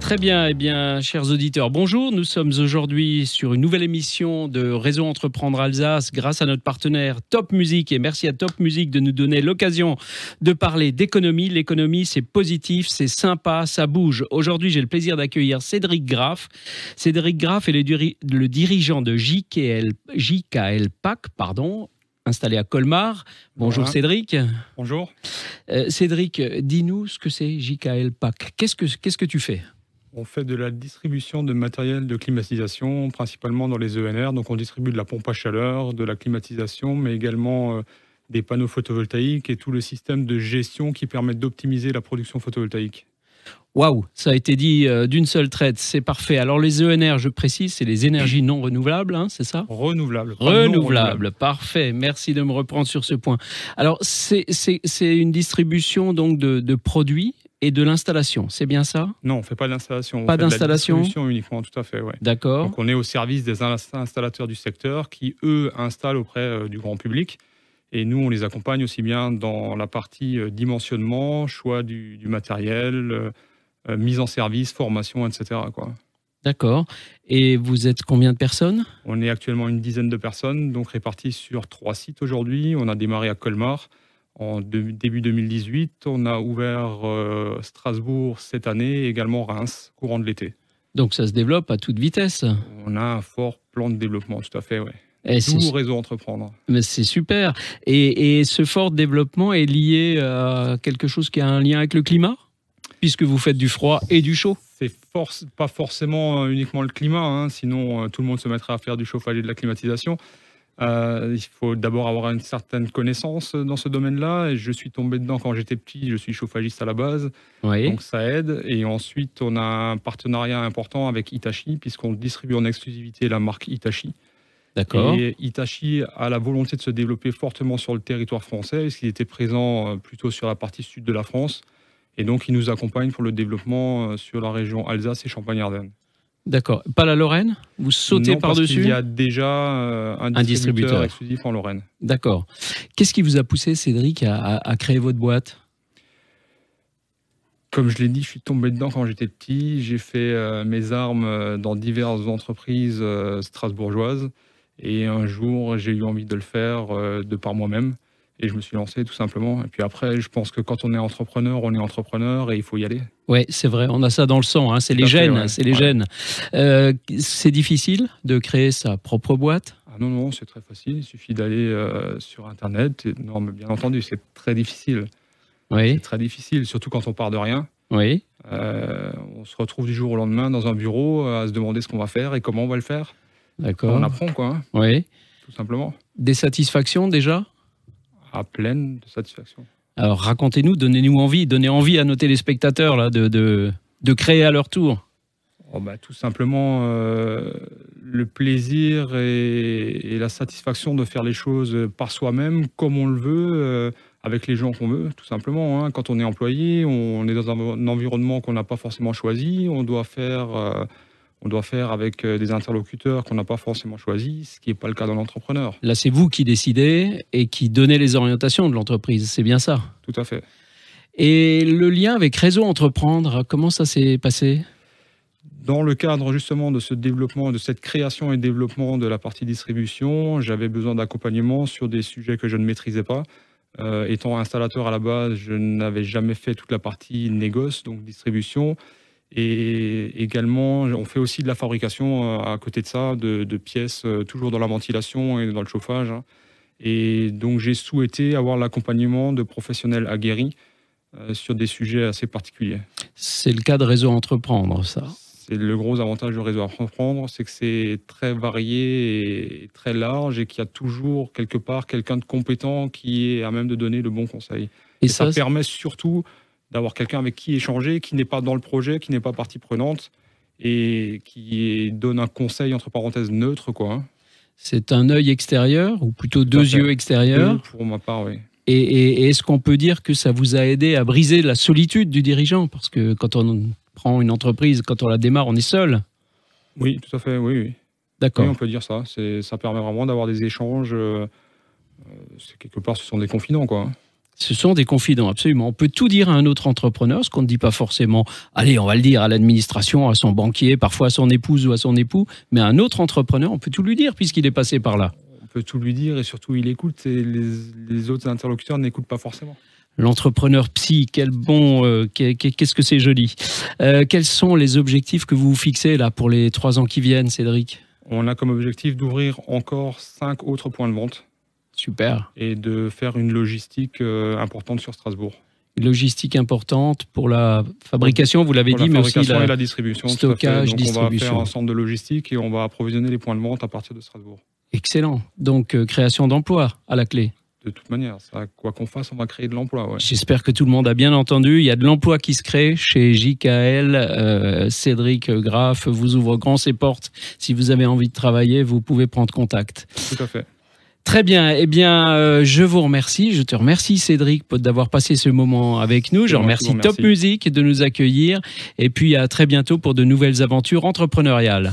Très bien, eh bien, chers auditeurs, bonjour. Nous sommes aujourd'hui sur une nouvelle émission de Réseau Entreprendre Alsace grâce à notre partenaire Top Music et merci à Top Music de nous donner l'occasion de parler d'économie. L'économie, c'est positif, c'est sympa, ça bouge. Aujourd'hui, j'ai le plaisir d'accueillir Cédric Graff. Cédric Graff est le, diri- le dirigeant de JKL, JKL PAC, pardon, installé à Colmar. Bonjour Voilà. Cédric. Bonjour. Euh, Cédric, dis-nous ce que c'est JKL PAC. Qu'est-ce que, qu'est-ce que tu fais On fait de la distribution de matériel de climatisation, principalement dans les ENR. Donc, on distribue de la pompe à chaleur, de la climatisation, mais également euh, des panneaux photovoltaïques et tout le système de gestion qui permet d'optimiser la production photovoltaïque. Waouh, ça a été dit euh, d'une seule traite, c'est parfait. Alors les ENR, je précise, c'est les énergies non renouvelables, hein, c'est ça Renouvelable. pas Oh, non renouvelable. Renouvelables, parfait. Merci de me reprendre sur ce point. Alors c'est, c'est, c'est une distribution donc de, de produits et de l'installation, c'est bien ça Non, on ne fait pas d'installation. on Pas fait de la d'installation distribution uniquement, tout à fait, ouais. D'accord. Donc, on est au service des ins- installateurs du secteur qui, eux, installent auprès euh, du grand public. Et nous, on les accompagne aussi bien dans la partie euh, dimensionnement, choix du, du matériel, euh, euh, mise en service, formation, etc. quoi. D'accord. Et vous êtes combien de personnes On est actuellement une dizaine de personnes, donc réparties sur trois sites aujourd'hui. On a démarré à Colmar en de- début 2018. On a ouvert euh, Strasbourg cette année et également Reims, courant de l'été. Donc ça se développe à toute vitesse. On a un fort plan de développement, tout à fait. Ouais. Et c'est, Tout réseau entreprendre. mais c'est super. Et, et ce fort développement est lié euh, à quelque chose qui a un lien avec le climat Puisque vous faites du froid et du chaud C'est force, pas forcément euh, uniquement le climat, hein, sinon euh, tout le monde se mettrait à faire du chauffage et de la climatisation. Euh, il faut d'abord avoir une certaine connaissance euh, dans ce domaine-là. Et je suis tombé dedans quand j'étais petit. Je suis chauffagiste à la base, Oui. donc ça aide. Et ensuite, on a un partenariat important avec Hitachi, puisqu'on distribue en exclusivité la marque Hitachi. D'accord. Et Hitachi a la volonté de se développer fortement sur le territoire français, puisqu'il était présent euh, plutôt sur la partie sud de la France. Et donc, il nous accompagne pour le développement euh, sur la région Alsace et Champagne-Ardenne. D'accord. Pas la Lorraine Vous sautez Non, parce par-dessus qu'il y a déjà euh, un, Un distributeur, distributeur. exclusif en Lorraine. D'accord. Qu'est-ce qui vous a poussé, Cédric, à, à- à créer votre boîte Comme je l'ai dit, je suis tombé dedans quand j'étais petit. J'ai fait euh, mes armes euh, dans diverses entreprises euh, strasbourgeoises. Et un jour, j'ai eu envie de le faire euh, de par moi-même. Et je me suis lancé tout simplement. Et puis après, je pense que quand on est entrepreneur, on est entrepreneur et il faut y aller. Ouais, c'est vrai, on a ça dans le sang, hein, c'est les à fait, gènes, ouais. c'est les Ouais. gènes. Euh, c'est difficile de créer sa propre boîte Ah non, non, c'est très facile. Il suffit d'aller euh, sur Internet. Et- non, mais bien entendu, c'est très difficile. Oui, C'est très difficile, surtout quand on part de rien. oui. Euh, on se retrouve du jour au lendemain dans un bureau euh, à se demander ce qu'on va faire et comment on va le faire. On D'accord. apprend, quoi, hein, Oui. tout simplement. Des satisfactions déjà À pleine de satisfaction. Alors racontez-nous, donnez-nous envie, donnez envie à nos téléspectateurs là, de, de, de créer à leur tour. Oh, bah, tout simplement, euh, le plaisir et, et la satisfaction de faire les choses par soi-même, comme on le veut, euh, avec les gens qu'on veut, tout simplement. hein. Quand on est employé, on est dans un, env- un environnement qu'on n'a pas forcément choisi, on doit faire, euh, on doit faire avec euh, des interlocuteurs qu'on n'a pas forcément choisis, ce qui n'est pas le cas dans l'entrepreneur, Là, c'est vous qui décidez et qui donnez les orientations de l'entreprise, c'est bien ça tout à fait. Et le lien avec Réseau Entreprendre, comment ça s'est passé Dans le cadre justement de ce développement, de cette création et développement de la partie distribution, j'avais besoin d'accompagnement sur des sujets que je ne maîtrisais pas. Euh, étant installateur à la base, je n'avais jamais fait toute la partie négoce, donc distribution. Et également, on fait aussi de la fabrication euh, à côté de ça, de, de pièces euh, toujours dans la ventilation et dans le chauffage. hein. Et donc, j'ai souhaité avoir l'accompagnement de professionnels aguerris euh, sur des sujets assez particuliers. C'est le cas de Réseau Entreprendre, ça. C'est le gros avantage du réseau à prendre, c'est que c'est très varié et très large et qu'il y a toujours quelque part quelqu'un de compétent qui est à même de donner le bon conseil. Et, Et, ça, ça, permet surtout d'avoir quelqu'un avec qui échanger, qui n'est pas dans le projet, qui n'est pas partie prenante et qui donne un conseil entre parenthèses neutre quoi. hein. c'est un œil extérieur, ou plutôt deux fait. yeux extérieurs. Pour ma part, oui. Et, et- et est-ce qu'on peut dire que ça vous a aidé à briser la solitude du dirigeant Parce que quand on prend une entreprise, quand on la démarre, on est seul. Oui, tout à fait, oui, oui. Oui, D'accord. on peut dire ça. C'est, ça permet vraiment d'avoir des échanges. euh, euh, c'est quelque part, ce sont des confidents quoi. Ce sont des confidents, absolument. On peut tout dire à un autre entrepreneur, ce qu'on ne dit pas forcément, allez, on va le dire à l'administration, à son banquier, parfois à son épouse ou à son époux, mais à un autre entrepreneur, on peut tout lui dire puisqu'il est passé par là. On peut tout lui dire et surtout il écoute et les, les autres interlocuteurs n'écoutent pas forcément. L'entrepreneur psy, quel bon, euh, qu'est- qu'est- qu'est-ce que c'est joli. Euh, quels sont les objectifs que vous vous fixez là pour les trois ans qui viennent, Cédric On a comme objectif d'ouvrir encore cinq autres points de vente Super. et de faire une logistique euh, importante sur Strasbourg. Une Logistique importante pour la fabrication, vous l'avez Pour dit, la mais aussi fabrication la- et la distribution. tout à fait. stockage, Donc On va distribution. faire un centre de logistique et on va approvisionner les points de vente à partir de Strasbourg. Excellent. Donc, euh, création d'emplois à la clé. De toute manière, ça, quoi qu'on fasse, on va créer de l'emploi. ouais. J'espère que tout le monde a bien entendu. Il y a de l'emploi qui se crée chez JKL. Euh, Cédric Graff vous ouvre grand ses portes. Si vous avez envie de travailler, vous pouvez prendre contact. Tout à fait. Très bien. Eh bien, euh, je vous remercie. Je te remercie, Cédric, pour- d'avoir passé ce moment avec nous. Je C'est moi qui remercie vous Top remercie. Music de nous accueillir. Et puis, à très bientôt pour de nouvelles aventures entrepreneuriales.